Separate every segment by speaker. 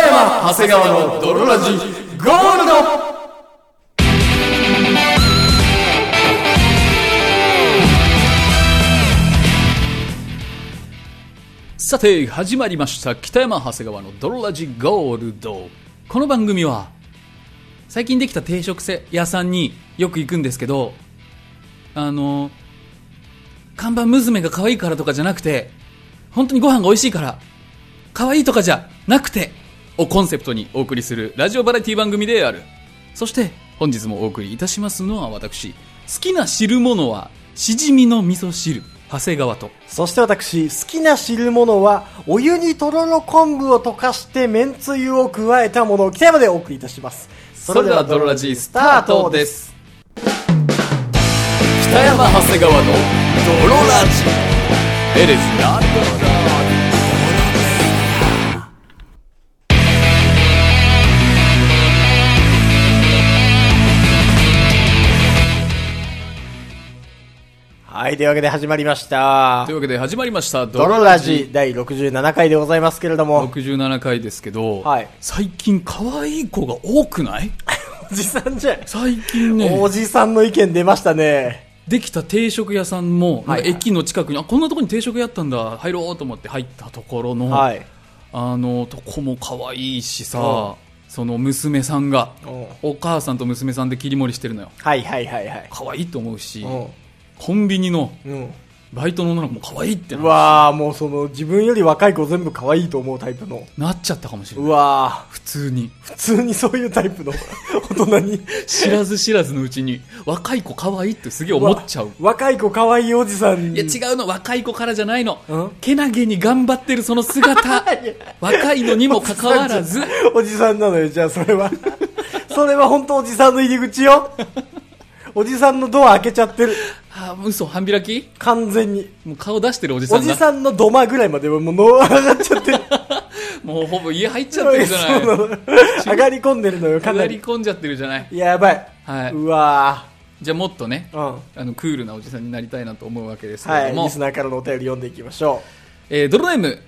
Speaker 1: 長谷川の泥ラジゴールドさて始まりました北山長谷川の泥ラジゴールドこの番組は最近できた定食屋さんによく行くんですけどあの看板娘が可愛いからとかじゃなくて本当にご飯が美味しいから可愛いとかじゃなくてをコンセプトにお送りするラジオバラエティ番組であるそして本日もお送りいたしますのは私好きな汁物はしじみの味噌汁長谷川と
Speaker 2: そして私、好きな汁物は、お湯にとろろ昆布を溶かして、めんつゆを加えたものを北山でお送りいたします。
Speaker 1: それではドロラジスタートで。す北山長谷川のドロラジエレスな
Speaker 2: はい、というわけで始まりました
Speaker 1: とい。うわけで始まりましたド
Speaker 2: ドロラジ第67回でございますけれども、
Speaker 1: 67回ですけど、
Speaker 2: はい
Speaker 1: 最近可愛い子が多くない
Speaker 2: おじさんじゃん。
Speaker 1: 最近ね
Speaker 2: おじさんの意見出ましたね。
Speaker 1: できた定食屋さんも、
Speaker 2: はいはい
Speaker 1: 駅の近くにあこんなとこに定食屋あったんだ入ろうと思って入ったところの、
Speaker 2: はい。
Speaker 1: あのとこも可愛いしさ、
Speaker 2: うん
Speaker 1: その娘さんが、
Speaker 2: うん
Speaker 1: お母さんと娘さんで切り盛りしてるのよ
Speaker 2: はいはいはいはい。
Speaker 1: 可愛いと思うし、
Speaker 2: う
Speaker 1: コンビニの
Speaker 2: ん。うん。
Speaker 1: バイトの女の子も可愛いって
Speaker 2: う
Speaker 1: な
Speaker 2: わー、もうその、自分より若い子全部可愛いと思うタイプの。
Speaker 1: なっちゃったかもしれな
Speaker 2: う
Speaker 1: い
Speaker 2: わー、
Speaker 1: 普通に
Speaker 2: 普通にそういうタイプの大人に。
Speaker 1: 知らず知らずのうちに若い子可愛いってすげえ思っちゃう
Speaker 2: 若い子可愛いおじさん。
Speaker 1: いや違うの若い子からじゃないの
Speaker 2: うん
Speaker 1: けなげに頑張ってるその 姿若いのにもかかわらず
Speaker 2: おじさんなのよ、じゃあそれは。 それは本当おじさんの入り口よ。おじさんのドア開けちゃってる。
Speaker 1: あー嘘半開き
Speaker 2: 完全に。
Speaker 1: もう顔出してるおじさ
Speaker 2: お
Speaker 1: んが
Speaker 2: じさんの土間ぐらいまでもうノー上がっちゃってる。
Speaker 1: もうほぼ家入っちゃってるじゃない
Speaker 2: そうなの上がり込んでるのよ、か
Speaker 1: か
Speaker 2: な
Speaker 1: なり
Speaker 2: り。
Speaker 1: 込んじゃってるじゃない
Speaker 2: やばい。
Speaker 1: はいう
Speaker 2: わ
Speaker 1: じゃあもっとね
Speaker 2: ぁ。うん。
Speaker 1: あのクールなおじさんになりたいなと思うわけですけ
Speaker 2: は
Speaker 1: れ
Speaker 2: い、
Speaker 1: ども、
Speaker 2: リスナーからのお便り読んでいきましょ
Speaker 1: えードロネーム、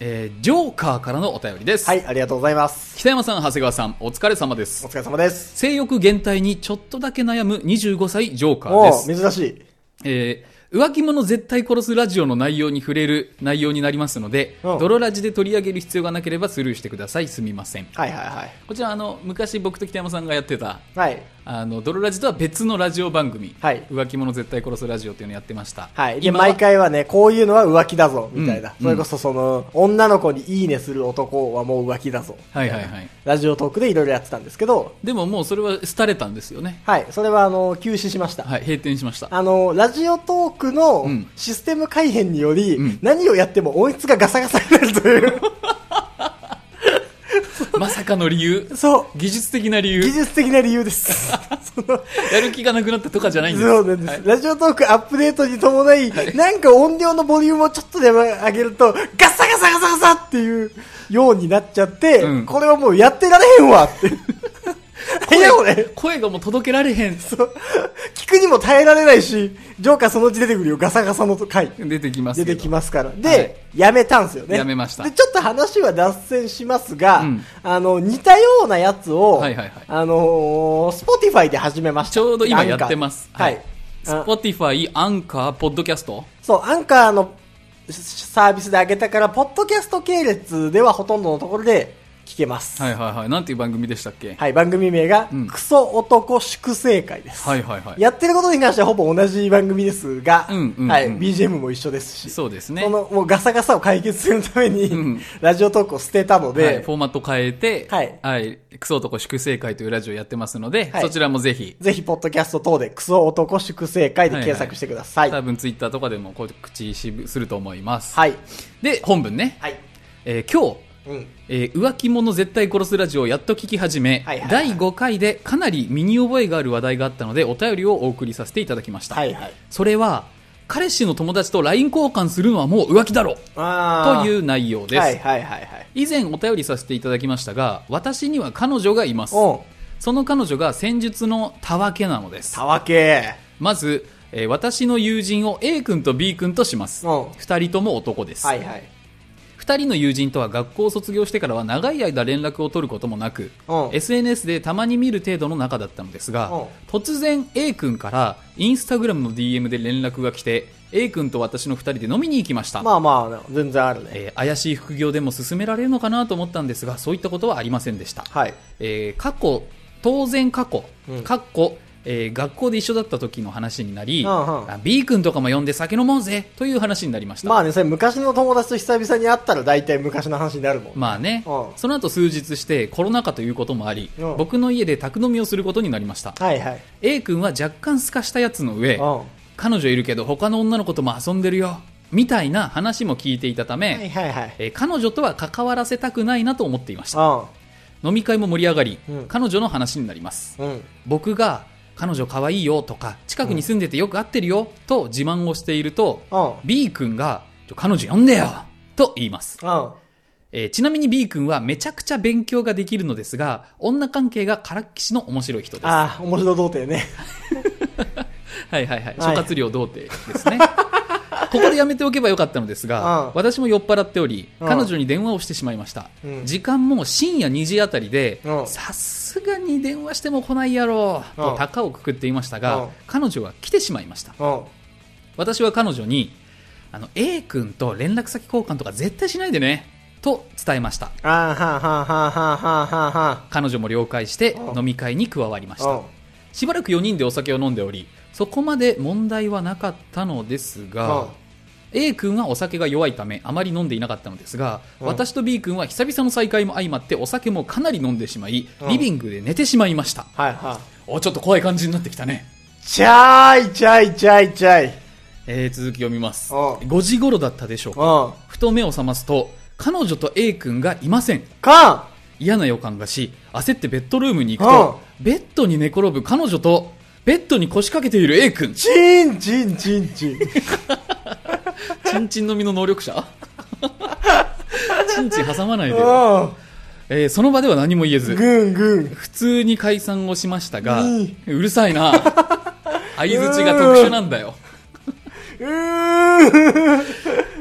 Speaker 1: えージョーカーからのお便りで
Speaker 2: う。
Speaker 1: す、
Speaker 2: はい、ありがとうございます。
Speaker 1: 北山さん長谷川さんお疲れ様で
Speaker 2: お
Speaker 1: す
Speaker 2: 疲れ様です。
Speaker 1: 性欲減退にちょっとだけ悩む25歳ジョーカー
Speaker 2: お
Speaker 1: で
Speaker 2: う
Speaker 1: す
Speaker 2: 珍しい。
Speaker 1: えー浮気者絶対殺すラジオの内容に触れる内容になりますので、
Speaker 2: うん
Speaker 1: 泥ラジで取り上げる必要がなければスルーしてください。すみません。
Speaker 2: はいはいはい。
Speaker 1: こちら、あの、昔僕と北山さんがやってた、
Speaker 2: はい。
Speaker 1: あの、泥ラジとは別のラジオ番組、
Speaker 2: はい
Speaker 1: 浮気者絶対殺すラジオっていうのやってました。
Speaker 2: はい。で、
Speaker 1: 今は
Speaker 2: 毎回はね、こういうのは浮気だぞ、みたいな。
Speaker 1: うん
Speaker 2: それこそその、女の子にいいねする男はもう浮気だぞ。
Speaker 1: はいはいはい。
Speaker 2: ラジオトークでいろいろやってたんですけど、
Speaker 1: でももうそれは廃れたんですよね。
Speaker 2: はい。それはあの、休止しました。
Speaker 1: はい、閉店しました。
Speaker 2: あの、ラジオトークの
Speaker 1: うん
Speaker 2: システム改変により、
Speaker 1: うん
Speaker 2: 何をやっても音質がガサガサになるという、。
Speaker 1: まさかの理由
Speaker 2: そう。
Speaker 1: 技術的な理由
Speaker 2: 技。術的な理由です。 その
Speaker 1: やる気がなくなったとかじゃないんです。
Speaker 2: そうなんです、ラジオトークアップデートに伴い、なんか音量のボリュームをちょっとでも上げると、ガサガサガサガサっていうようになっちゃって、
Speaker 1: うん
Speaker 2: これはもうやってられへんわ って。いや、これ。
Speaker 1: 声がもう届けられへん。
Speaker 2: そう聞くにも耐えられないし、ジョーカーそのうち出てくるよ、ガサガサの回。
Speaker 1: 出てきます
Speaker 2: 出
Speaker 1: けど
Speaker 2: てきますから。で、
Speaker 1: はい
Speaker 2: やめたんですよね。
Speaker 1: やめました
Speaker 2: で、ちょっと話は脱線しますが、
Speaker 1: うん
Speaker 2: あの、似たようなやつを、
Speaker 1: はいはいはい
Speaker 2: あのー、スポティファイで始めました。
Speaker 1: ちょうど今やってます
Speaker 2: アンカーは
Speaker 1: はい
Speaker 2: い。あ
Speaker 1: Spotify、アンカー、ポッドキャスト
Speaker 2: そう、アンカーのサービスで上げたから、ポッドキャスト系列ではほとんどのところで聞けます。は。
Speaker 1: はいいはいはい。なんていう番組でしたっけはい
Speaker 2: 番組名が、
Speaker 1: うん
Speaker 2: クソ男粛清会です。
Speaker 1: はいはい。
Speaker 2: やってることに関してはほぼ同じ番組ですが、
Speaker 1: うんうんうん
Speaker 2: はい、BGM も一緒ですし、
Speaker 1: そうですね。
Speaker 2: そのもうガサガサを解決するために、
Speaker 1: うん
Speaker 2: ラジオトークを捨てたので、
Speaker 1: はい、フォーマット変えて、
Speaker 2: はい
Speaker 1: クソ男粛清会というラジオやってますので、
Speaker 2: はい
Speaker 1: そちらもぜひ、
Speaker 2: ぜひ、ポッドキャスト等で、クソ男粛清会で検索してください。
Speaker 1: 多
Speaker 2: はい。
Speaker 1: 分ツイッターとかでも告知しすると思います。
Speaker 2: はい。
Speaker 1: で、本文ね。えー今日、
Speaker 2: うん。
Speaker 1: えー浮気者絶対殺すラジオをやっと聞き始め、
Speaker 2: はいはい
Speaker 1: 第5回でかなり身に覚えがある話題があったので、お便りをお送りさせていただきました。
Speaker 2: はいはい。
Speaker 1: それは、彼氏の友達と LINE 交換するのはもう浮気だろ
Speaker 2: あ
Speaker 1: というう内容です。
Speaker 2: はいはいはいはい。
Speaker 1: 以前お便りさせていただきましたが私には彼女がいます
Speaker 2: おん。
Speaker 1: その彼女が戦術のたわけなのです
Speaker 2: たわけ。
Speaker 1: まず、えー私の友人を A 君と B 君とします
Speaker 2: おん。
Speaker 1: 2人とも男です、
Speaker 2: はいはい。
Speaker 1: 2 2人の友人とは学校を卒業してからは長い間連絡を取ることもなく
Speaker 2: うん
Speaker 1: SNS でたまに見る程度の仲だったのですが
Speaker 2: うん
Speaker 1: 突然 A 君からインスタグラムの DM で連絡が来て A 君と私の2人で飲みに行きました、
Speaker 2: まあまあ、全然あるね。
Speaker 1: えー怪しい副業でも勧められるのかなと思ったんですがそういったことはありませんでした、
Speaker 2: はい。
Speaker 1: えー過去当然過去、
Speaker 2: うん
Speaker 1: 過去えー学校で一緒だった時の話になり、
Speaker 2: うんうん
Speaker 1: あ B 君とかも呼んで酒飲もうぜという話になりました、
Speaker 2: まあね、それ昔の友達と久々に会ったら大体昔の話になるもん。
Speaker 1: まあね、
Speaker 2: うん
Speaker 1: その後数日してコロナ禍ということもあり、
Speaker 2: うん
Speaker 1: 僕の家で宅飲みをすることになりました、
Speaker 2: はいはい。
Speaker 1: A 君は若干すかしたやつの上、
Speaker 2: うん。は
Speaker 1: 彼女いるけど他の女の子とも遊んでるよみたいな話も聞いていたため、
Speaker 2: いはいはい。
Speaker 1: えー彼女とは関わらせたくないなと思っていました
Speaker 2: う
Speaker 1: 飲み会も盛り上がり、
Speaker 2: うん
Speaker 1: 彼女の話になります
Speaker 2: ん。うん。
Speaker 1: 僕が彼女可愛いよとか近くに住んでてよく会ってるよと自慢をしていると、
Speaker 2: うん。
Speaker 1: B 君がちょ彼女呼んでよと言います
Speaker 2: うん。
Speaker 1: えーちなみに B 君はめちゃくちゃ勉強ができるのですが、女関係がからっきしの面白い人です。は
Speaker 2: ああ、面白童貞ね。
Speaker 1: いはいはい。
Speaker 2: はい
Speaker 1: 諸葛亮童貞ですね。 ここでやめておけばよかったのですが、
Speaker 2: うん
Speaker 1: 私も酔っ払っており、
Speaker 2: うん
Speaker 1: 彼女に電話をしてしまいました。
Speaker 2: うん
Speaker 1: 時間も深夜2時あたりで、
Speaker 2: うん
Speaker 1: さすがに電話しても来ないやろう、
Speaker 2: う
Speaker 1: と
Speaker 2: ん
Speaker 1: 高をくくっていましたが、
Speaker 2: うん
Speaker 1: 彼女は来てしまいました。
Speaker 2: うん。
Speaker 1: 私は彼女に、あの、A 君と連絡先交換とか絶対しないでね、と伝えました。
Speaker 2: ああ、はあはあはあはあはあは
Speaker 1: 彼女も了解して
Speaker 2: うん
Speaker 1: 飲み会に加わりまし
Speaker 2: あ。う
Speaker 1: た
Speaker 2: ん。
Speaker 1: しばらく4人でお酒を飲んでおりそこまで問題はなかったのです
Speaker 2: うん
Speaker 1: が A 君はお酒が弱いためあまり飲んでいなかったのですが
Speaker 2: うん
Speaker 1: 私と B 君は久々の再会も相まってお酒もかなり飲んでしまい
Speaker 2: うん
Speaker 1: リビングで寝てしまいました
Speaker 2: はいはい。
Speaker 1: おちょっと怖い感じになってきたね
Speaker 2: ちゃーい、ちゃーい、ちゃーい、ちゃーい。
Speaker 1: えー続き読みます
Speaker 2: うん
Speaker 1: 5時頃だったでしょうか
Speaker 2: うん。
Speaker 1: ふと目を覚ますと彼女と A 君がいません
Speaker 2: かん
Speaker 1: 嫌な予感がし焦ってベッドルームに行くと、ベッドに寝転ぶ彼女とベッドに腰掛けている A 君ち
Speaker 2: チンチンチンチン。
Speaker 1: んちんのみの能力者ちんちん挟まないでよ、
Speaker 2: う
Speaker 1: えーその場では何も言えず
Speaker 2: ん。ぐんぐん。
Speaker 1: 普通に解散をしましたが、
Speaker 2: うん
Speaker 1: うるさい な相づちが特殊なんだよ、
Speaker 2: うーん。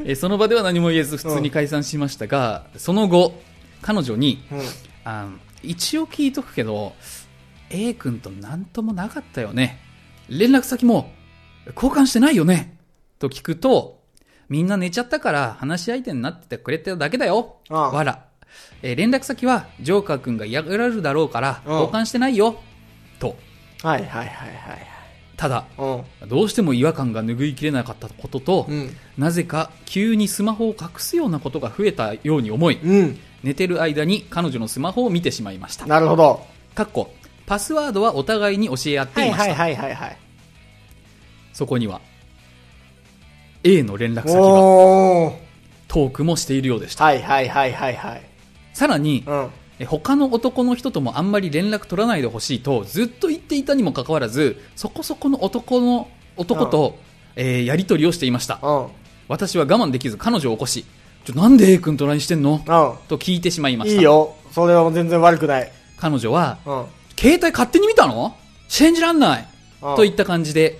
Speaker 1: えーその場では何も言えず普通に解散しましたが、その後彼女に、
Speaker 2: うん
Speaker 1: あの一応聞いとくけど A 君と何ともなかったよね連絡先も交換してないよねと聞くとみんな寝ちゃったから話し相手になっててくれてただけだよ
Speaker 2: ああ
Speaker 1: わら、えー連絡先はジョーカー君が嫌がられるだろうから
Speaker 2: ああ
Speaker 1: 交換してないよと
Speaker 2: はいはいはいはい
Speaker 1: ただ
Speaker 2: はい。
Speaker 1: どうしても違和感が拭いきれなかったことと、
Speaker 2: うん。うん。
Speaker 1: なぜか急にスマホを隠すようなことが増えたように思い
Speaker 2: うん。
Speaker 1: 寝てる間に彼女のスマホを見てしまいました
Speaker 2: なるほど。
Speaker 1: かっこパスワードはお互いに教え合っていました、
Speaker 2: はいはいはい。
Speaker 1: そこには A の連絡先は
Speaker 2: おー。
Speaker 1: トークもしているようでした
Speaker 2: はいはいはいはいはい。
Speaker 1: さらに
Speaker 2: うん。
Speaker 1: え他の男の人ともあんまり連絡取らないでほしいとずっと言っていたにもかかわらずそこそこの男の男と、えーやり取りをしていました
Speaker 2: うん。
Speaker 1: 私は我慢できず彼女を起こしちょなんで A 君と LINE してんの
Speaker 2: う
Speaker 1: と聞いてしまいま
Speaker 2: ん。
Speaker 1: し
Speaker 2: い
Speaker 1: た
Speaker 2: いよ。それは全然悪くない。
Speaker 1: 彼女は
Speaker 2: うん。
Speaker 1: 携帯勝手に見たの信じらんない
Speaker 2: うん
Speaker 1: といった感じで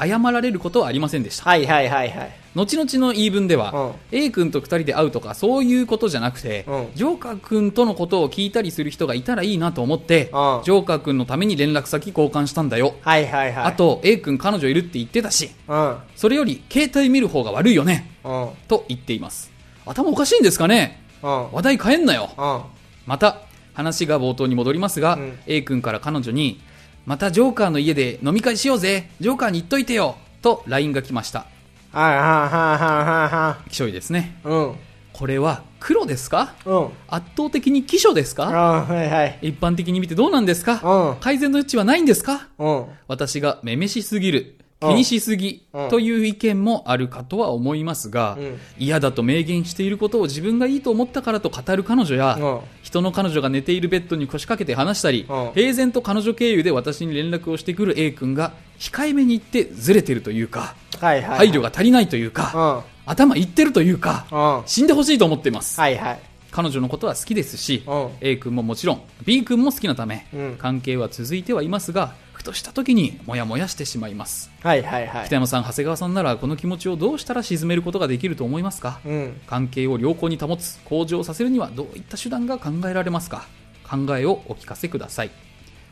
Speaker 1: 謝られることはありませんでした
Speaker 2: はいはいはいはい。
Speaker 1: 後々の言い分では、A 君と2人で会うとかそういうことじゃなくて、
Speaker 2: うん
Speaker 1: ジョーカー君とのことを聞いたりする人がいたらいいなと思って、
Speaker 2: うん
Speaker 1: ジョーカー君のために連絡先交換したんだよ、
Speaker 2: はいはいはい。
Speaker 1: あ、と A 君彼女いるって言ってたし
Speaker 2: う
Speaker 1: それより携帯見る方が悪いよね
Speaker 2: ん。うん。
Speaker 1: と言っています頭おかしいんですかね
Speaker 2: うん。
Speaker 1: 話題変えんなよ
Speaker 2: うん。
Speaker 1: また話が冒頭に戻りますが、
Speaker 2: うん
Speaker 1: A 君から彼女にまたジョーカーの家で飲み会しようぜジョーカーに言っといてよと LINE が来ました
Speaker 2: はいはいは
Speaker 1: 気象いですね
Speaker 2: いはいはい。
Speaker 1: これは黒ですか
Speaker 2: うん。うん。
Speaker 1: 圧倒的に気象ですか
Speaker 2: あはいはい。
Speaker 1: 一般的に見てどうなんですか
Speaker 2: うん。
Speaker 1: 改善の余地はないんですか
Speaker 2: うん。
Speaker 1: 私がめめしすぎる
Speaker 2: うん
Speaker 1: 気にしすぎ
Speaker 2: うん
Speaker 1: という意見もあるかとは思いますが
Speaker 2: うん
Speaker 1: 嫌だと明言していることを自分がいいと思ったからと語る彼女や
Speaker 2: うん
Speaker 1: 人の彼女が寝ているベッドに腰掛けて話したり
Speaker 2: うん
Speaker 1: 平然と彼女経由で私に連絡をしてくる A 君が控えめに言ってずれてるというか
Speaker 2: はいはい。
Speaker 1: 配慮が足りないというか
Speaker 2: が。
Speaker 1: 頭いってるというか
Speaker 2: うん。うん。
Speaker 1: 死んでほしいと思っています
Speaker 2: はいはい。
Speaker 1: 彼女のことは好きですし
Speaker 2: うん
Speaker 1: A 君ももちろん B 君も好きなため、
Speaker 2: うん
Speaker 1: 関係は続いてはいますが2ふとした時にモヤモヤしてしまいます
Speaker 2: はいはいはい
Speaker 1: 北。山さん長谷川さんならこの気持ちをどうしたら沈めることができると思いますか
Speaker 2: うん。
Speaker 1: 関係を良好に保つ向上させるにはどういった手段が考えられますか考えをお聞かせください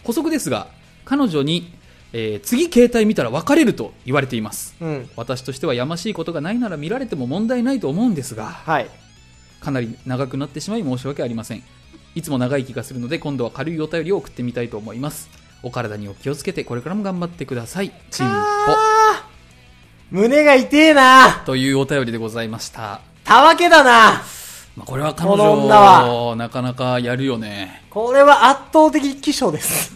Speaker 1: 補足ですが彼女に、えー次携帯見たら別れると言われています
Speaker 2: うん。
Speaker 1: 私としてはやましいことがないなら見られても問題ないと思うんですが
Speaker 2: はい。
Speaker 1: かなり長くなってしまい申し訳ありませんいつも長い気がするので今度は軽いお便りを送ってみたいと思いますお体にお気をつけてこれからも頑張ってくださいチーム
Speaker 2: あー胸が痛えな
Speaker 1: おというお便りでございました、
Speaker 2: たわけだな
Speaker 1: まあ、これは彼
Speaker 2: この女
Speaker 1: 女
Speaker 2: は
Speaker 1: なかなかやるよね
Speaker 2: これは圧倒的気象 です。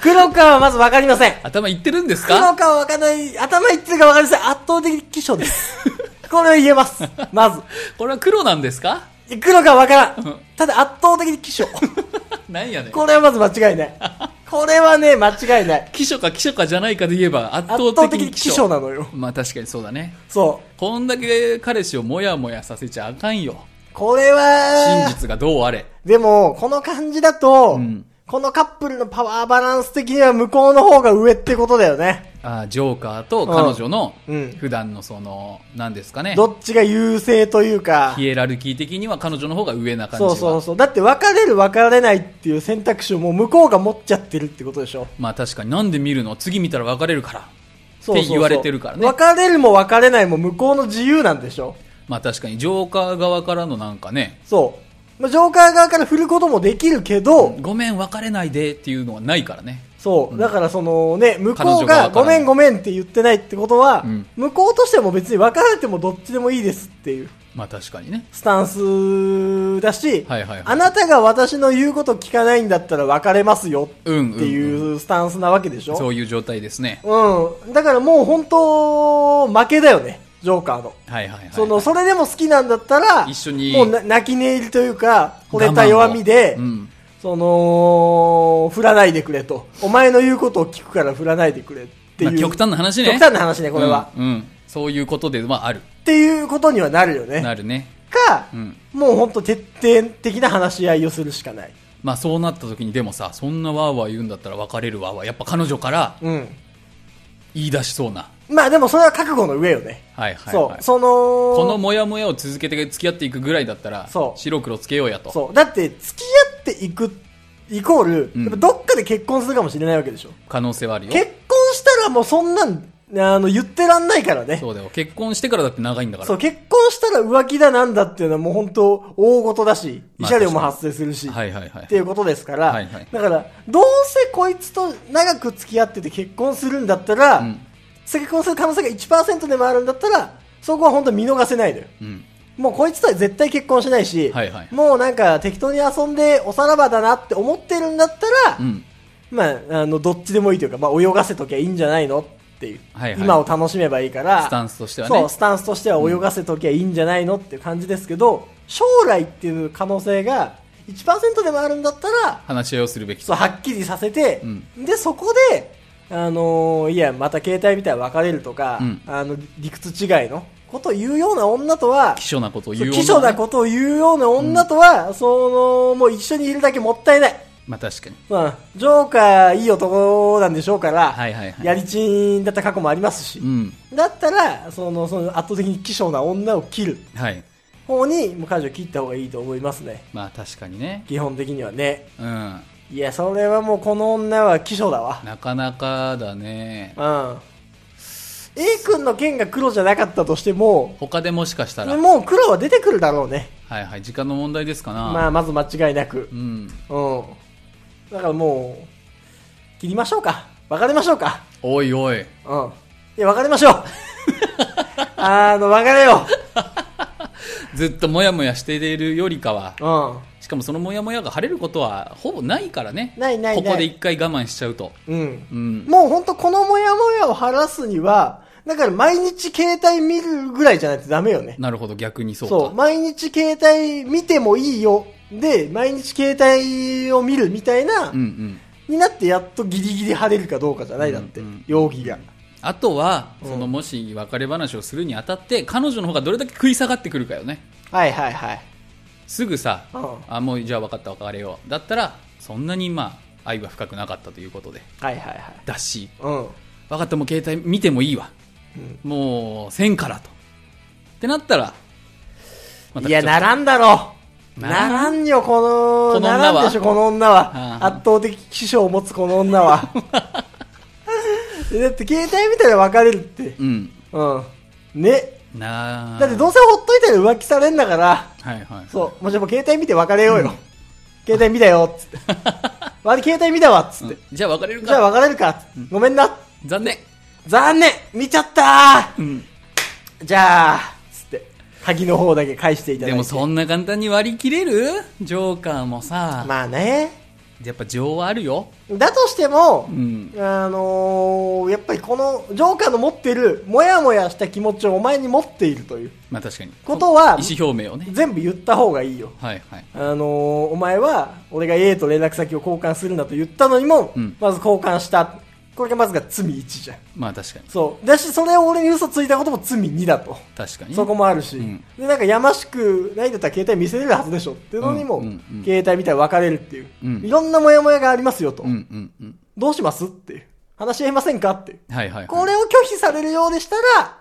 Speaker 2: 黒川はまずわかりません。
Speaker 1: 頭いってるんです
Speaker 2: 黒
Speaker 1: か
Speaker 2: 川はわかんない、頭いってるかわかりません。圧倒的気象 です。これは言えます。まず。
Speaker 1: これは黒なんですか
Speaker 2: 黒川わからん。ただ圧倒的気象。
Speaker 1: なんやねん
Speaker 2: これはまず間違いない。これはね、間違いない。
Speaker 1: 秘書か秘書かじゃないかで言えば圧
Speaker 2: 圧
Speaker 1: 倒
Speaker 2: 倒
Speaker 1: 的
Speaker 2: 的
Speaker 1: に
Speaker 2: 気
Speaker 1: 気
Speaker 2: 象
Speaker 1: 象
Speaker 2: なのよ。
Speaker 1: まあ確かにそうだね
Speaker 2: そう。
Speaker 1: こんだけ彼氏をモヤモヤさせちゃあかんよ
Speaker 2: これは、
Speaker 1: 真実がどうあれ
Speaker 2: でも、この感じだと、
Speaker 1: うん
Speaker 2: このカップルのパワーバランス的には向こうの方が上ってことだよね。
Speaker 1: あージョーカーと彼女の
Speaker 2: うんうん
Speaker 1: 普段のその何ですかね
Speaker 2: どっちが優勢というか
Speaker 1: ヒ。エラルキー的には彼女の方が上な感じ
Speaker 2: そ
Speaker 1: は
Speaker 2: うそうそう。だって別れる別れないっていう選択肢をもう向こうが持っちゃってるってことでしょ。
Speaker 1: まあ確かになんで見るの次見たら別れるから
Speaker 2: そうそう
Speaker 1: っ
Speaker 2: そう
Speaker 1: て言われてるからね
Speaker 2: 別れるも別れないも向こうの自由なんでしょ。
Speaker 1: まあ確かにジョーカー側からのなんかね
Speaker 2: そう。まあ、ジョーカー側から振ることもできるけど、
Speaker 1: ごめん別れないでっていうのはないからね
Speaker 2: そう、だからそのね、向こう
Speaker 1: 彼女側
Speaker 2: が
Speaker 1: から
Speaker 2: ごめんごめんって言ってないってことは、
Speaker 1: うん
Speaker 2: 向こうとしても別に別れてもどっちでもいいですっていう
Speaker 1: まあ確かにね
Speaker 2: スタンスだし、
Speaker 1: はいはいはい
Speaker 2: あなたが私の言うこと聞かないんだったら別れますよって
Speaker 1: うんうん、うん、
Speaker 2: いうスタンスなわけでし
Speaker 1: そ
Speaker 2: ょ。
Speaker 1: ういう状態ですね
Speaker 2: うん。だからもう本当、負けだよね、ジョーカーの。
Speaker 1: はいはいはい
Speaker 2: その、それでも好きなんだったら、
Speaker 1: 一緒に
Speaker 2: もうな泣き寝入りというか、惚れた弱みで、
Speaker 1: 我慢をうん
Speaker 2: その、振らないでくれと。お前の言うことを聞くから振らないでくれっていう。
Speaker 1: まあ極端な話ね
Speaker 2: 極端な話ね、これは。
Speaker 1: うん、うんそういうことでまあある
Speaker 2: っていうことにはなるよね。
Speaker 1: なるね
Speaker 2: か、
Speaker 1: うん
Speaker 2: もう本当徹底的な話し合いをするしかない。
Speaker 1: まあそうなった時にでもさそんなわーわー言うんだったら別れるわーわーやっぱ彼女から
Speaker 2: うん。
Speaker 1: 言い出しそうな
Speaker 2: まあでもそれは覚悟の上よね。
Speaker 1: はいはい、
Speaker 2: そ、
Speaker 1: はいう
Speaker 2: その、
Speaker 1: このモヤモヤを続けて付き合っていくぐらいだったら
Speaker 2: そう
Speaker 1: 白黒つけようやと
Speaker 2: そう。だって、付き合っていく、イコール、
Speaker 1: うん
Speaker 2: やっぱどっかで結婚するかもしれないわけでしょ。
Speaker 1: 可能性はあるよ
Speaker 2: 結婚したらもうそんなん、あの、言ってらんないからね。
Speaker 1: そうだよ結婚してからだって長いんだから
Speaker 2: そう、結婚したら浮気だなんだっていうのはもう本当、大事だし、
Speaker 1: ま
Speaker 2: 慰
Speaker 1: あ
Speaker 2: 謝料も発生するし、
Speaker 1: はいはいはい
Speaker 2: っていうことですから、
Speaker 1: はいはい
Speaker 2: だから、どうせこいつと長く付き合ってて結婚するんだったら、
Speaker 1: うん
Speaker 2: 結婚する可能性が1%でもあるんだったら、そこは本当見逃せないのよ。
Speaker 1: うん
Speaker 2: もうこいつとは絶対結婚しないし、
Speaker 1: はいはい
Speaker 2: もうなんか適当に遊んでおさらばだなって思ってるんだったら、
Speaker 1: うん
Speaker 2: まあ、あの、どっちでもいいというか、まあ、泳がせときゃいいんじゃないのっていう。
Speaker 1: はいはい
Speaker 2: 今を楽しめばいいから。
Speaker 1: スタンスとしては
Speaker 2: そう、
Speaker 1: ね
Speaker 2: スタンスとしては泳がせときゃいいんじゃないのっていう感じですけど、将来っていう可能性が1%でもあるんだったら、
Speaker 1: 話し合いをするべき
Speaker 2: そう、はっきりさせて、
Speaker 1: うん
Speaker 2: で、そこで、あのーいや、また携帯みたいな別れるとか、
Speaker 1: うん
Speaker 2: あの、理屈違いのことを言うような女とは、
Speaker 1: 希少なことを
Speaker 2: そ
Speaker 1: 言
Speaker 2: う
Speaker 1: う
Speaker 2: 貴重な
Speaker 1: と
Speaker 2: ことを言うような女とは、その、もう一緒にいるだけもったいない。
Speaker 1: まあ確かに
Speaker 2: まあ、ジョーカーいい男なんでしょうから、
Speaker 1: はいはいはい
Speaker 2: やりちんだった過去もありますし、
Speaker 1: うん
Speaker 2: だったらそのその圧倒的に希少な女を切る
Speaker 1: はい
Speaker 2: 方にもう彼女切った方がいいと思いますね
Speaker 1: まあ確かにね
Speaker 2: 基本的にはね
Speaker 1: うん
Speaker 2: いやそれはもうこの女は希少だわ
Speaker 1: なかなかだね
Speaker 2: うん A 君の剣が黒じゃなかったとしても
Speaker 1: 他でもしかしたら
Speaker 2: もう黒は出てくるだろうね
Speaker 1: はいはい時間の問題ですかな
Speaker 2: まあまず間違いなく
Speaker 1: うん
Speaker 2: うんだからもう切りましょうか別れましょうか
Speaker 1: おいおい
Speaker 2: うん。いや、別れましょ うあの、別れよ
Speaker 1: ずっとモヤモヤしているよりかは
Speaker 2: う
Speaker 1: しかもそのモヤモヤが晴れることはほぼないからね
Speaker 2: ないないない
Speaker 1: ここで一回我慢しちゃうと
Speaker 2: ん。うん。
Speaker 1: うん
Speaker 2: もうほんとこのモヤモヤを晴らすには、だから毎日携帯見るぐらいじゃないとダメよね。
Speaker 1: なるほど逆にそうか
Speaker 2: そう。毎日携帯見てもいいよ。で、毎日携帯を見るみたいな、
Speaker 1: うんうん
Speaker 2: になってやっとギリギリ晴れるかどうかじゃないだって、
Speaker 1: うんうん
Speaker 2: 容疑が。
Speaker 1: あとは、
Speaker 2: うん
Speaker 1: そのもし別れ話をするにあたって彼女の方がどれだけ食い下がってくるかよね
Speaker 2: はいはいはい。
Speaker 1: すぐさ、
Speaker 2: うん
Speaker 1: あもうじゃあ分かった別れようだったらそんなにまあ愛は深くなかったということで
Speaker 2: はいはいはい。
Speaker 1: だし
Speaker 2: うん。
Speaker 1: 分かったもう携帯見てもいいわ、もうせんからとってなったらまた
Speaker 2: いや、
Speaker 1: ちょっと
Speaker 2: ならんだろ
Speaker 1: な
Speaker 2: な
Speaker 1: らん
Speaker 2: らんよ、この、
Speaker 1: この女は
Speaker 2: ならんでしょ、この女は。
Speaker 1: ああ
Speaker 2: 圧倒的気性を持つこの女は。 だって、携帯見たら別れるって。
Speaker 1: うん
Speaker 2: うん。ね。
Speaker 1: なあ
Speaker 2: だって、どうせほっといたら浮気されんだから、
Speaker 1: はいはい
Speaker 2: そう、もしも携帯見て別れようよ。携帯見たよ、 つって。わ携帯見たわ、つって。
Speaker 1: じゃあ別れるか
Speaker 2: じゃあ別れるか、ごめんな。
Speaker 1: 残念
Speaker 2: 残念見ちゃった
Speaker 1: ん
Speaker 2: ーじゃあ、つって、鍵の方だけ返していただいて。
Speaker 1: でもそんな簡単に割り切れるジョーカーもさ、
Speaker 2: まあね。
Speaker 1: やっぱ情はあるよ
Speaker 2: だとしても、
Speaker 1: うん
Speaker 2: あのーやっぱりこのジョーカーの持ってるもやもやした気持ちをお前に持っているという
Speaker 1: まあ確かに
Speaker 2: ことは
Speaker 1: 意思表明をね
Speaker 2: 全部言った方がいいよ、
Speaker 1: はいはい
Speaker 2: あのーお前は俺が A と連絡先を交換するなと言ったのにも、
Speaker 1: うん
Speaker 2: まず交換したこれがまずが罪1じゃん
Speaker 1: まあ確かに
Speaker 2: そうだしそれを俺に嘘ついたことも罪2だと
Speaker 1: 確かに
Speaker 2: そこもあるし、
Speaker 1: ん
Speaker 2: でなんかやましくないんだったら携帯見せれるはずでしょっていうのにも、
Speaker 1: うんうんうん
Speaker 2: 携帯みたいに分かれるっていう、
Speaker 1: うん
Speaker 2: いろんなもやもやがありますよと、
Speaker 1: うんうんうん
Speaker 2: どうしますっていう話し合いませんかっていう
Speaker 1: はい はい、はい、
Speaker 2: これを拒否されるようでしたら、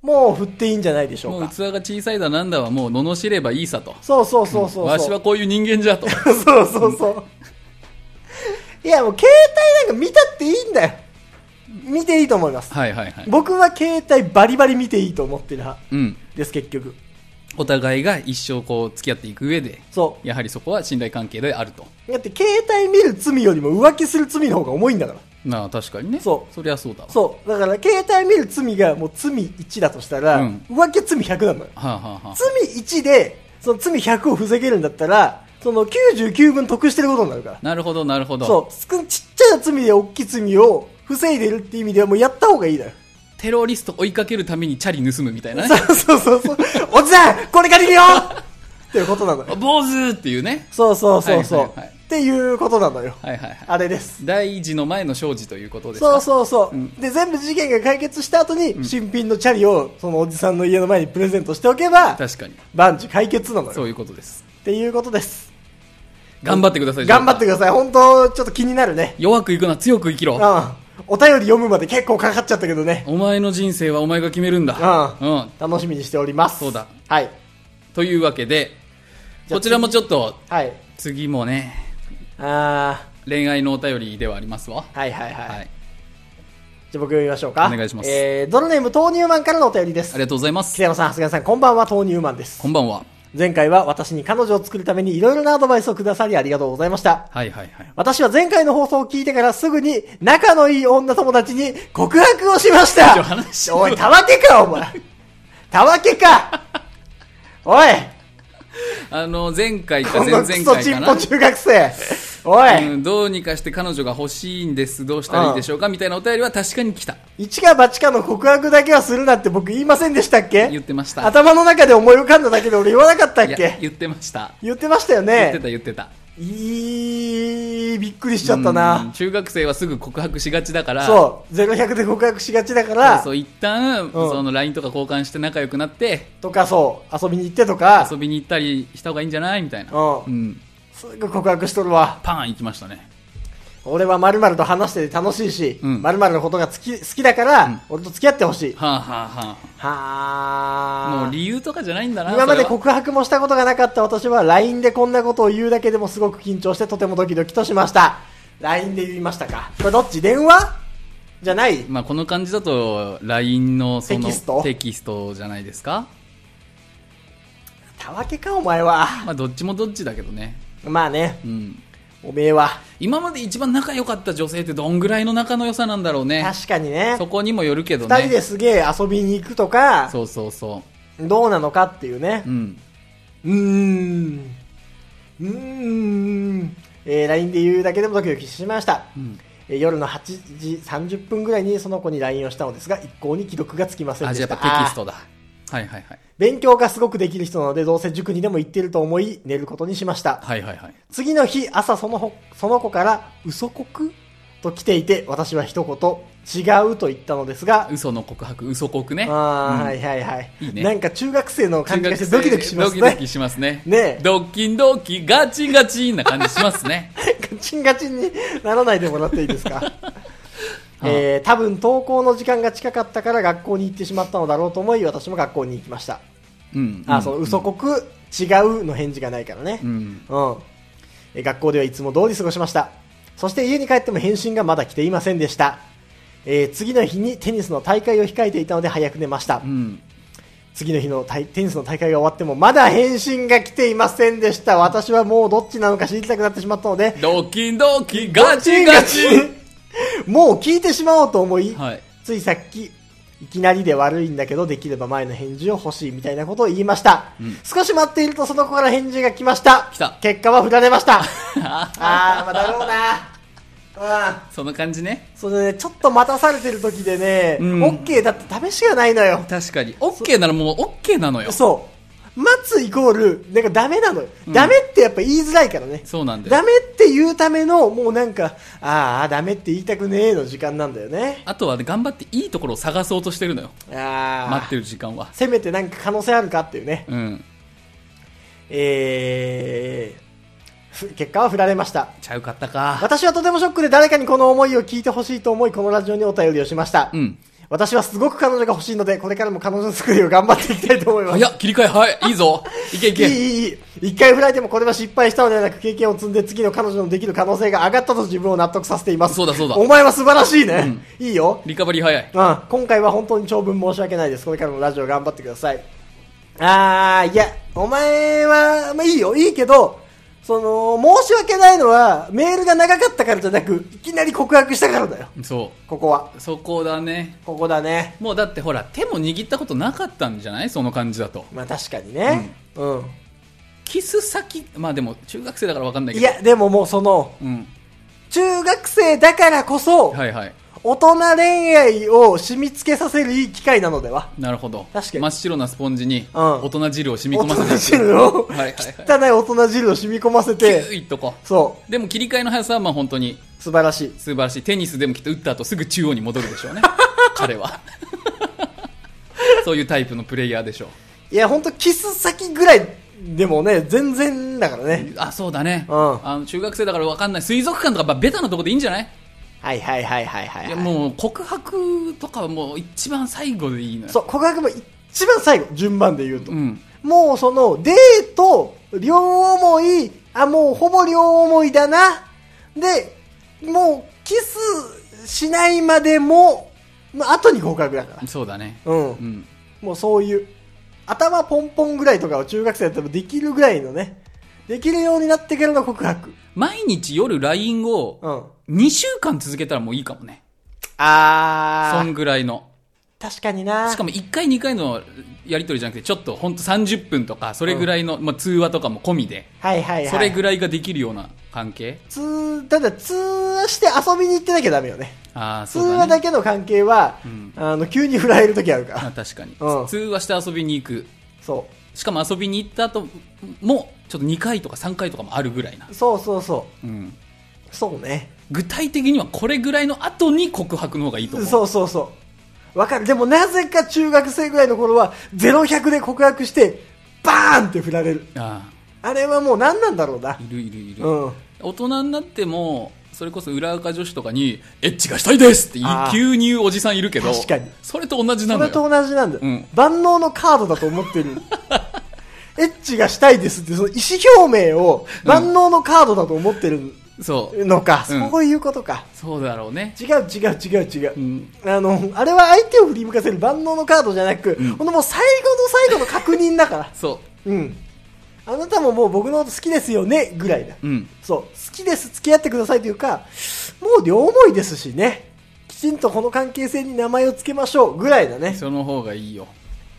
Speaker 2: もう振っていいんじゃないでしょ
Speaker 1: も
Speaker 2: う
Speaker 1: う
Speaker 2: か
Speaker 1: 器。が小さいだなんだはもう罵ればいいさと
Speaker 2: そうそうそうそうそう。
Speaker 1: わしはこういう人間じゃと
Speaker 2: そうそうそう。いや、もう携帯なんか見たっていいんだよ。見ていいと思います。
Speaker 1: はいはいはい
Speaker 2: 僕は携帯バリバリ見ていいと思ってる派
Speaker 1: うん
Speaker 2: です、結局。
Speaker 1: お互いが一生こう付き合っていく上で
Speaker 2: そ
Speaker 1: やはりそこは信頼関係であると
Speaker 2: う。だって携帯見る罪よりも浮気する罪の方が重いんだから。
Speaker 1: なあ確かにね
Speaker 2: そう
Speaker 1: そりゃそうだわ
Speaker 2: そう。だから携帯見る罪がもう罪1だとしたら、
Speaker 1: うん
Speaker 2: 浮気は罪100なのよ。
Speaker 1: はあ、はあはあ、
Speaker 2: 罪1で、その罪100を防げるんだったら、その99分得してることになるから。
Speaker 1: なるほどなるほど
Speaker 2: そう、つくちっちゃな罪で大きい罪を防いでるっていう意味ではもうやった方がいいだよ。
Speaker 1: テロリスト追いかけるためにチャリ盗むみたいなね
Speaker 2: そう そうそうそう。おじさんこれ借りるよっていうことなのよ。
Speaker 1: 坊主っていうね
Speaker 2: そうそうそうそう。
Speaker 1: はいはいはい
Speaker 2: っていうことなのよ。
Speaker 1: はいはいはい
Speaker 2: あれです。
Speaker 1: 第一の前の庄司ということですか
Speaker 2: そうそうそう、で、全部事件が解決した後に、新品のチャリを、そのおじさんの家の前にプレゼントしておけば、
Speaker 1: 確かに
Speaker 2: 万事解決なのよ。
Speaker 1: そういうことです
Speaker 2: っていうことです。
Speaker 1: 頑張ってください
Speaker 2: 頑張ってく
Speaker 1: ださ
Speaker 2: ださい。本当ちょっと気になるね。
Speaker 1: い弱くいくな強く生き
Speaker 2: う
Speaker 1: ろ
Speaker 2: ん。お便り読むまで結構かかっちゃったけどね。
Speaker 1: お前の人生はお前が決めるんだ
Speaker 2: うん
Speaker 1: うん
Speaker 2: 楽しみにしております。
Speaker 1: そうだ。
Speaker 2: はい。
Speaker 1: というわけで
Speaker 2: じゃあ
Speaker 1: こちらもちょっと
Speaker 2: はい。
Speaker 1: 次もね
Speaker 2: あ
Speaker 1: 恋愛のお便りではありますわ
Speaker 2: ー、はいはいはい。
Speaker 1: はい
Speaker 2: じゃあ僕読みましょうか。
Speaker 1: お願いします
Speaker 2: えー、ドロネーム豆乳マンからのお便りで
Speaker 1: あ
Speaker 2: す。
Speaker 1: りがとうございます
Speaker 2: 北山さん、長谷川さん、こんばんは、豆乳マンです
Speaker 1: こ。んばんは
Speaker 2: 前回は私に彼女を作るためにいろいろなアドバイスをくださりありがとうございました。
Speaker 1: はいはいはい
Speaker 2: 私は前回の放送を聞いてからすぐに仲のいい女友達に告白をしました
Speaker 1: ちょ話しろよ
Speaker 2: おい、たわけか、お前たわ けかおい
Speaker 1: あの前回か
Speaker 2: こ
Speaker 1: 前々
Speaker 2: のクソ
Speaker 1: 回
Speaker 2: チ
Speaker 1: か
Speaker 2: ン
Speaker 1: な
Speaker 2: ポ中 学生おい、
Speaker 1: うん、どうにかして彼女が欲しいんですどうしたらいいでしょうかみたいなお便りは確かに来た
Speaker 2: 一か八かの告白だけはするなって僕言いませんでしたっけ
Speaker 1: 言ってました
Speaker 2: 頭の中で思い浮かんだだけで俺言わなかったっ
Speaker 1: いや
Speaker 2: け
Speaker 1: 言ってました
Speaker 2: 言ってましたよ
Speaker 1: 言って
Speaker 2: ね
Speaker 1: た言ってた
Speaker 2: いいびっくりしちゃった
Speaker 1: うん
Speaker 2: な
Speaker 1: 中学生はすぐ告白しがちだから
Speaker 2: そう0100で告白しがちだ
Speaker 1: そ
Speaker 2: か
Speaker 1: う
Speaker 2: ら
Speaker 1: そう一旦、その LINE とか交換して仲良くなって
Speaker 2: とかそう遊びに行ってとか
Speaker 1: 遊びに行ったりした方がいいんじゃないみたいな
Speaker 2: うん
Speaker 1: ん
Speaker 2: すぐ告白しとるわ
Speaker 1: パーン行きましたね
Speaker 2: 俺は〇〇と話してて楽しいし
Speaker 1: うん
Speaker 2: 〇〇のことが好き好きだから俺と付き合ってほしい
Speaker 1: はあはあはあも
Speaker 2: は
Speaker 1: う
Speaker 2: ー
Speaker 1: 理由とかじゃないんだな
Speaker 2: 今まで
Speaker 1: それは
Speaker 2: 告白もしたことがなかった私は LINE でこんなことを言うだけでもすごく緊張してとてもドキドキとしました LINE で言いましたかこれどっち電話じゃない
Speaker 1: まあ、この感じだと LINE のその
Speaker 2: テキスト
Speaker 1: テキストじゃないですか
Speaker 2: たわけかお前は
Speaker 1: まあどっちもどっちだけどね
Speaker 2: まあね
Speaker 1: うん
Speaker 2: おめえは
Speaker 1: 今まで一番仲良かった女性ってどんぐらいの仲の良さなんだろうね
Speaker 2: 確かにね
Speaker 1: そこにもよるけどね
Speaker 2: 二人ですげえ遊びに行くとか
Speaker 1: そうそうそ
Speaker 2: どうなのかっていうね
Speaker 1: ううん
Speaker 2: うーんうーん、えー、LINE で言うだけでもドキドキしました、
Speaker 1: ん
Speaker 2: えー夜の8時30分ぐらいにその子に LINE をしたのですが一向に既読がつきません
Speaker 1: あ
Speaker 2: でし
Speaker 1: じ
Speaker 2: た
Speaker 1: ゃあやっぱテキストだはいはいはい
Speaker 2: 勉強がすごくできる人なので、どうせ塾にでも行ってると思い、寝ることにしました。
Speaker 1: はいはいはい
Speaker 2: 次の日、朝そのほその子から、嘘告と来ていて、私は一言、違うと言ったのですが、
Speaker 1: 嘘の告白嘘告ね
Speaker 2: ああ、
Speaker 1: うん
Speaker 2: はいはいはい
Speaker 1: いいね
Speaker 2: なんか中学生の感じがして
Speaker 1: 中
Speaker 2: ド
Speaker 1: 学生
Speaker 2: キドキしますね。
Speaker 1: ドキドキしますね
Speaker 2: ねえ
Speaker 1: ドキドキガチガチな感じしますね
Speaker 2: ガチンガチンにならないでもらっていいです かえー、多分登校の時間が近かったから学校に行ってしまったのだろうと思い私も学校に行きました、
Speaker 1: うん。
Speaker 2: あそう嘘こく、違うの返事がないからね、
Speaker 1: うん。
Speaker 2: うん。え学校ではいつも通り過ごしました。そして家に帰っても返信がまだ来ていませんでした。えー次の日にテニスの大会を控えていたので早く寝ました
Speaker 1: う。ん。
Speaker 2: 次の日の大テニスの大会が終わってもまだ返信が来ていませんでした。私はもうどっちなのか知りたくなってしまったので、
Speaker 1: ドキドキガチガチ
Speaker 2: もう聞いてしまおうと思い、
Speaker 1: はい。
Speaker 2: ついさっき、いきなりで悪いんだけど、できれば前の返事を欲しいみたいなことを言いました。
Speaker 1: うん
Speaker 2: 少し待っているとその子から返事が来ました。
Speaker 1: 来た
Speaker 2: 結果は振られま した。あー、まあ、だろうな。うん。
Speaker 1: その感じね。
Speaker 2: それね、ちょっと待たされてる時でね、
Speaker 1: うん
Speaker 2: OK だって試しがないのよ。
Speaker 1: 確かに。OK ならもう OK なのよ。
Speaker 2: そう。待つイコール、なんかダメなのよ。ダメってやっぱ言いづらいからね。
Speaker 1: そうなんだよ
Speaker 2: ダ。メって言うための、もうなんか、あー、ダメって言いたくねえの時間なんだよね。
Speaker 1: あとはね、頑張っていいところを探そうとしてるのよ。
Speaker 2: あー。
Speaker 1: 待ってる時間は。
Speaker 2: せめてなんか可能性あるかっていうね。
Speaker 1: うん。
Speaker 2: えーふ、結果は振られました。
Speaker 1: ちゃうかったか。
Speaker 2: 私はとてもショックで誰かにこの思いを聞いてほしいと思い、このラジオにお便りをしました。
Speaker 1: うん。
Speaker 2: 私はすごく彼女が欲しいので、これからも彼女作りを頑張っていきたいと思います。
Speaker 1: 早っ、切り替え、はい、いいぞ。いけい
Speaker 2: いい
Speaker 1: け。
Speaker 2: いいいい一回振られてもこれは失敗したのではなく経験を積んで次の彼女のできる可能性が上がったと自分を納得させています
Speaker 1: そうだそうだ
Speaker 2: お前は素晴らしいね、いいよ
Speaker 1: リカバリー早い。
Speaker 2: うん、今回は本当に長文申し訳ないです。これからもラジオ頑張ってください。あー、いや、お前は、まあいいよ、いいけど、その、申し訳ないのは、メールが長かったからじゃなく、いきなり告白したからだよ。
Speaker 1: そ
Speaker 2: ここは。
Speaker 1: う。そこだね。
Speaker 2: ここだね。
Speaker 1: もうだってほら、手も握ったことなかったんじゃないその感じだと。
Speaker 2: まあ確かにね。うん。
Speaker 1: キス先、まあでも中学生だからわかんないけ
Speaker 2: い
Speaker 1: ど。
Speaker 2: や、でももうその、
Speaker 1: うん。
Speaker 2: 中学生だからこそ、
Speaker 1: はいはい。
Speaker 2: 大人恋愛を染み付けさせるいい機会なのでは。
Speaker 1: なるほど。
Speaker 2: 確かに
Speaker 1: 真っ白なスポンジに、
Speaker 2: うん
Speaker 1: 大人汁を染み
Speaker 2: 大
Speaker 1: 込ませて
Speaker 2: 人汁を、
Speaker 1: はいはい
Speaker 2: 汚い大人汁を染み込ませ
Speaker 1: はい。キュ
Speaker 2: て、
Speaker 1: ーいっとこう。
Speaker 2: そ
Speaker 1: でも切り替えの速さはまあ本当に
Speaker 2: う、素晴らしい。
Speaker 1: 素晴らしい。テニスでもきっと打った後すぐ中央に戻るでしょ うね。彼は。 そういうタイプのプレイヤーでしょ
Speaker 2: いや、ほんと、キス先ぐらいでもね、全然だからね。
Speaker 1: う。あ、そうだね。
Speaker 2: うん
Speaker 1: あの中学生だからわかんない。水族館とかまあベタなとこでいいんじゃない
Speaker 2: はいはいはいはいはい,、はい
Speaker 1: いやもう告白とかはもう一番最後でいいのよ。
Speaker 2: そう、告白も一番最後、順番で言うと。
Speaker 1: うん。
Speaker 2: もうその、デート、両思い、あ、もうほぼ両思いだな。で、もう、キスしないまでも、の後に告白だから。
Speaker 1: そうだね。
Speaker 2: うん。
Speaker 1: うん。
Speaker 2: もうそういう、頭ポンポンぐらいとかを中学生だったらできるぐらいのね、できるようになってからの告白。
Speaker 1: 毎日夜 LINE を
Speaker 2: うん。
Speaker 1: 2週間続けたらもういいかもね。
Speaker 2: あ
Speaker 1: そ
Speaker 2: ー
Speaker 1: ん。ぐらいの。
Speaker 2: 確かにな
Speaker 1: しかも1回2回のやりとりじゃなくて、ちょっとほんと30分とか、それぐらいの、まあ、通話とかも込みで、
Speaker 2: はいはいはい。
Speaker 1: それぐらいができるような関係
Speaker 2: 通、ただ通話して遊びに行ってなきゃダメよね。
Speaker 1: ああ、
Speaker 2: 通
Speaker 1: そうだ
Speaker 2: 話
Speaker 1: ね。
Speaker 2: だけの関係は、
Speaker 1: ん
Speaker 2: あの、急に振られる時あるから。
Speaker 1: あ確かに、
Speaker 2: うん
Speaker 1: 通話して遊びに行く。
Speaker 2: そ
Speaker 1: しかも遊びに行った後も、ちょっと2回とか3回とかもあるぐらいな
Speaker 2: う。。そうそうそ
Speaker 1: うん。
Speaker 2: う。そうね。
Speaker 1: 具体的にはこれぐらいの後に告白の方がいいと思う。
Speaker 2: そうそうそう。わかる。でもなぜか中学生ぐらいの頃は、0100で告白して、バーンって振られる。
Speaker 1: あ
Speaker 2: あれはもう何なんだろうな
Speaker 1: あ、。いるいるいる。
Speaker 2: うん。
Speaker 1: 大人になってもそれこそ裏垢女子とかにエッチがしたいですって言い
Speaker 2: あー
Speaker 1: 急に言うおじさんいるけど
Speaker 2: 確かに
Speaker 1: それと同じな
Speaker 2: そ
Speaker 1: の
Speaker 2: れ
Speaker 1: よ
Speaker 2: と同じなんだよ、
Speaker 1: うん
Speaker 2: 万能のカードだと思ってる エッチがしたいですってその意思表明を万能のカードだと思ってる
Speaker 1: そう
Speaker 2: のか、
Speaker 1: うん
Speaker 2: そういうことか
Speaker 1: そうだろうね
Speaker 2: 違う違う違う違う、
Speaker 1: うん
Speaker 2: あのあれは相手を振り向かせる万能のカードじゃなく、
Speaker 1: ん
Speaker 2: ほんともう最後の最後の確認だから
Speaker 1: そ
Speaker 2: うんあなたももう僕のこと好きですよねぐらいだ、
Speaker 1: ううん
Speaker 2: そう好きです付き合ってくださいというかもう両思いですしねきちんとこの関係性に名前を付けましょうぐらいだね
Speaker 1: その方がいいよ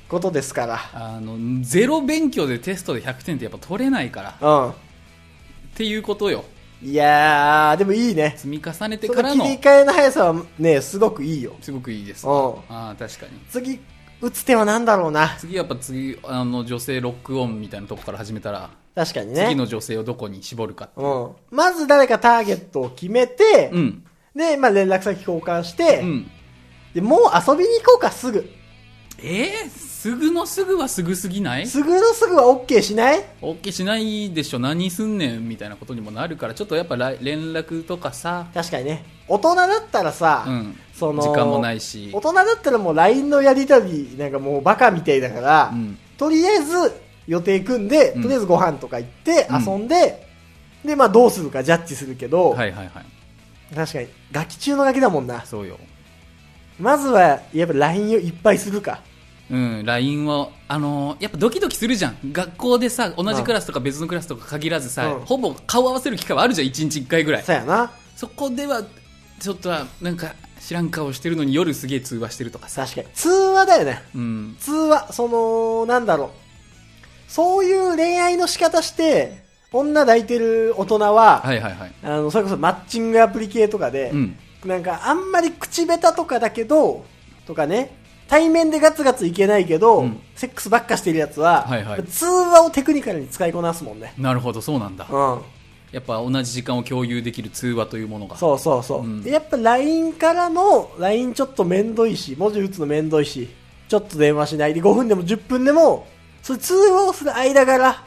Speaker 2: ことですから
Speaker 1: あのゼロ勉強でテストで100点ってやっぱ取れないからっ
Speaker 2: う
Speaker 1: ていうことよ
Speaker 2: ん。いやー、でもいいね。
Speaker 1: 積み重ねて
Speaker 2: そ
Speaker 1: か
Speaker 2: の
Speaker 1: ら
Speaker 2: 切
Speaker 1: の
Speaker 2: り替えの速さはね、すごくいいよ。
Speaker 1: すごくいいです
Speaker 2: う
Speaker 1: あ
Speaker 2: ん。
Speaker 1: あー確かに
Speaker 2: 次、打つ手は何だろうな。
Speaker 1: 次やっぱ次あの女性ロックオンみたいなとこから始めたら
Speaker 2: 確かにね。
Speaker 1: 次の女性をどこに絞るかっていう
Speaker 2: うん。まず誰かターゲットを決めて、
Speaker 1: うん
Speaker 2: で、まあ連絡先交換して、
Speaker 1: うん
Speaker 2: で、もう遊びに行こうか、すぐ。
Speaker 1: えー、すぐのすぐはすぐすぎない
Speaker 2: すぐのすぐは OK しない
Speaker 1: ?OK しないでしょ、何すんねんみたいなことにもなるから、ちょっとやっぱ来連絡とかさ、
Speaker 2: 確かにね大人だったらさ、
Speaker 1: うん
Speaker 2: その
Speaker 1: 時間もないし
Speaker 2: 大人だったらもう LINE のやりとりなんかもうバカみたいだから、
Speaker 1: うん
Speaker 2: とりあえず予定組んで、
Speaker 1: うん
Speaker 2: とりあえずご飯とか行って
Speaker 1: うん
Speaker 2: 遊んで、でまあどうするかジャッジするけど、
Speaker 1: はいはいはい、
Speaker 2: 確かにガキ中のガキだもんな
Speaker 1: そうよ。
Speaker 2: まずはやっぱ LINE をいっぱいするか
Speaker 1: うん、LINE を、あのーやっぱドキドキするじゃん。学校でさ、同じクラスとか別のクラスとか限らずさ、
Speaker 2: うん
Speaker 1: ほぼ顔合わせる機会はあるじゃん、1日1回ぐらい。
Speaker 2: そうやな
Speaker 1: そこでは、ちょっとは、なんか、知らん顔してるのに夜すげえ通話してるとかさ。
Speaker 2: 確かに通話だよね
Speaker 1: うん。
Speaker 2: 通話そのなんだろうそういう恋愛の仕方して女抱いてる大人は、
Speaker 1: はいはいはい。
Speaker 2: あのそれこそマッチングアプリ系とかで、
Speaker 1: うん。
Speaker 2: なんかあんまり口下手とかだけどとかね対面でガツガツいけないけど、
Speaker 1: うん
Speaker 2: セックスばっかしてるやつは、
Speaker 1: はいはい
Speaker 2: 通話をテクニカルに使いこなすもんね
Speaker 1: なるほど、そうなんだ。
Speaker 2: うん
Speaker 1: やっぱ同じ時間を共有できる通話というものが。
Speaker 2: そうそうそう、
Speaker 1: うん
Speaker 2: でやっぱ LINE からの LINE ちょっと面倒いし文字打つの面倒いしちょっと電話しないで5分でも10分でもそういう通話をする間柄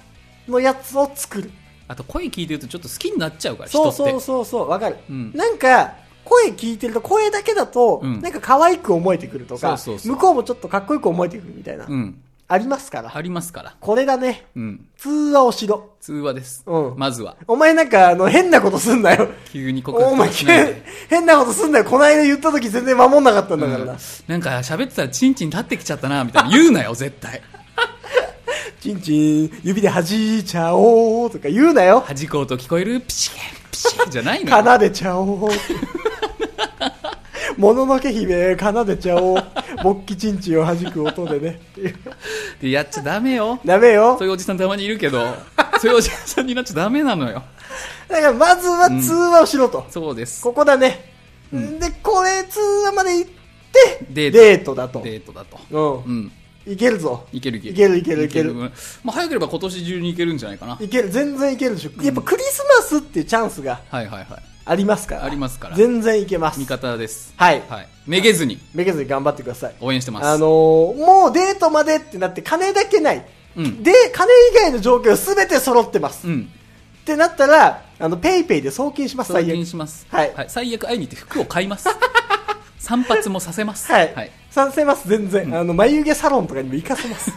Speaker 2: のやつを作る
Speaker 1: あと声聞いてるとちょっと好きになっちゃうから、人
Speaker 2: そう
Speaker 1: って。
Speaker 2: そうそうそうわかる、
Speaker 1: うん
Speaker 2: なんか声聞いてると声だけだと、
Speaker 1: うん
Speaker 2: なんか可愛く思えてくるとか
Speaker 1: そうそうそう
Speaker 2: 向こうもちょっとかっこよく思えてくるみたいな、
Speaker 1: うん。
Speaker 2: ありますから、
Speaker 1: ありますから。
Speaker 2: これだね
Speaker 1: うん。
Speaker 2: 通話をしろ
Speaker 1: 通話です。
Speaker 2: うん
Speaker 1: まずは。
Speaker 2: お前なんかあの変なことすんなよ
Speaker 1: 急に告白
Speaker 2: お前
Speaker 1: とかしないで。
Speaker 2: 変なことすんなよこないだ言った時全然守んなかったんだからな、
Speaker 1: うんなんか喋ってたらチンチン立ってきちゃったなみたいな 言うなよ絶対
Speaker 2: チンチン指で弾いちゃおうとか言うなよ
Speaker 1: 弾こうと聞こえるピシケンピシケンじゃないのよ
Speaker 2: 奏でちゃおうもののけ姫奏でちゃおう勃起チンチンを弾く音でねっていう
Speaker 1: でやっちゃダメよ
Speaker 2: ダメよ
Speaker 1: そういうおじさんたまにいる けどそういうおじさんになっちゃダメなのよ
Speaker 2: だからまずは通話をしろと、
Speaker 1: そうです
Speaker 2: ここだね、でこれ通話まで行って
Speaker 1: デート
Speaker 2: デートだと
Speaker 1: デートだと
Speaker 2: うん
Speaker 1: うん
Speaker 2: いけるぞ。
Speaker 1: いけるいける
Speaker 2: いけるいけるいける
Speaker 1: うんまあ、早ければ今年中にいけるんじゃないかない
Speaker 2: ける、全然いけるでしょ。やっぱクリスマスっていうチャンスが
Speaker 1: はいはいはい
Speaker 2: ありますから。
Speaker 1: ありますから
Speaker 2: 全然いけます
Speaker 1: 味。方です
Speaker 2: はい。
Speaker 1: はいめげずに
Speaker 2: めげずに頑張ってください。
Speaker 1: 応援してます
Speaker 2: あのーもうデートまでってなって金だけない。
Speaker 1: うん
Speaker 2: で、金以外の状況全て揃ってます。
Speaker 1: う
Speaker 2: っ
Speaker 1: ん
Speaker 2: てなったら、あの、ペイペイで送金します、
Speaker 1: 送
Speaker 2: 最
Speaker 1: 金
Speaker 2: 悪。
Speaker 1: します
Speaker 2: はい
Speaker 1: 最悪会いに行って服を買います 散髪もさせます
Speaker 2: はい。賛成ます、全然。あの、眉毛サロンとかにも行か せます。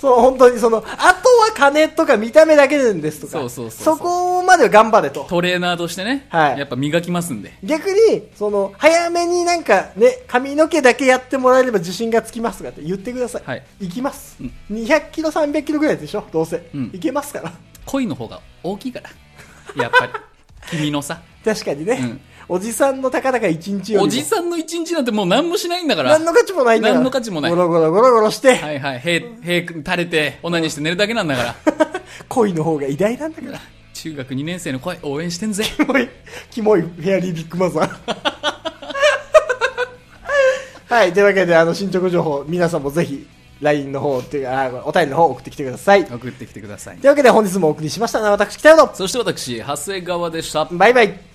Speaker 2: その本当にその、あとは金とか見た目だけなんですとか。
Speaker 1: そうそうそうそう
Speaker 2: こまでは頑張れと。
Speaker 1: トレーナーとしてね、
Speaker 2: はい
Speaker 1: やっぱ磨きますんで
Speaker 2: 逆に、その、早めになんかね、髪の毛だけやってもらえれば自信がつきますとかって言ってください。
Speaker 1: はい
Speaker 2: 行きます。200キロ、300キロぐらいでしょ、どうせ。
Speaker 1: うん
Speaker 2: 行けますから。
Speaker 1: 恋の方が大きいからやっ ぱり君のさ
Speaker 2: 確かにね、
Speaker 1: うん
Speaker 2: おじさんの高々一日よりも。
Speaker 1: おじさんの一日なんてもう何もしないんだから
Speaker 2: 何の価値もないんだから。
Speaker 1: 何の価値もない
Speaker 2: ゴロゴロゴロゴロして、
Speaker 1: はいはいへへ垂れてオナニーして寝るだけなんだから
Speaker 2: 恋の方が偉大なんだから。
Speaker 1: 中学2年生の恋応援してん ぜ
Speaker 2: キモい、キモいフェアリービッグマザー。 はい、というわけで、あの、進捗情報、皆さんもぜひ、LINE の方っていうか、あお便りの方送ってきてください。
Speaker 1: 送ってきてください
Speaker 2: というわけで本日もお送りしましたのは私、北野と
Speaker 1: そして私長谷川でした
Speaker 2: バイバイ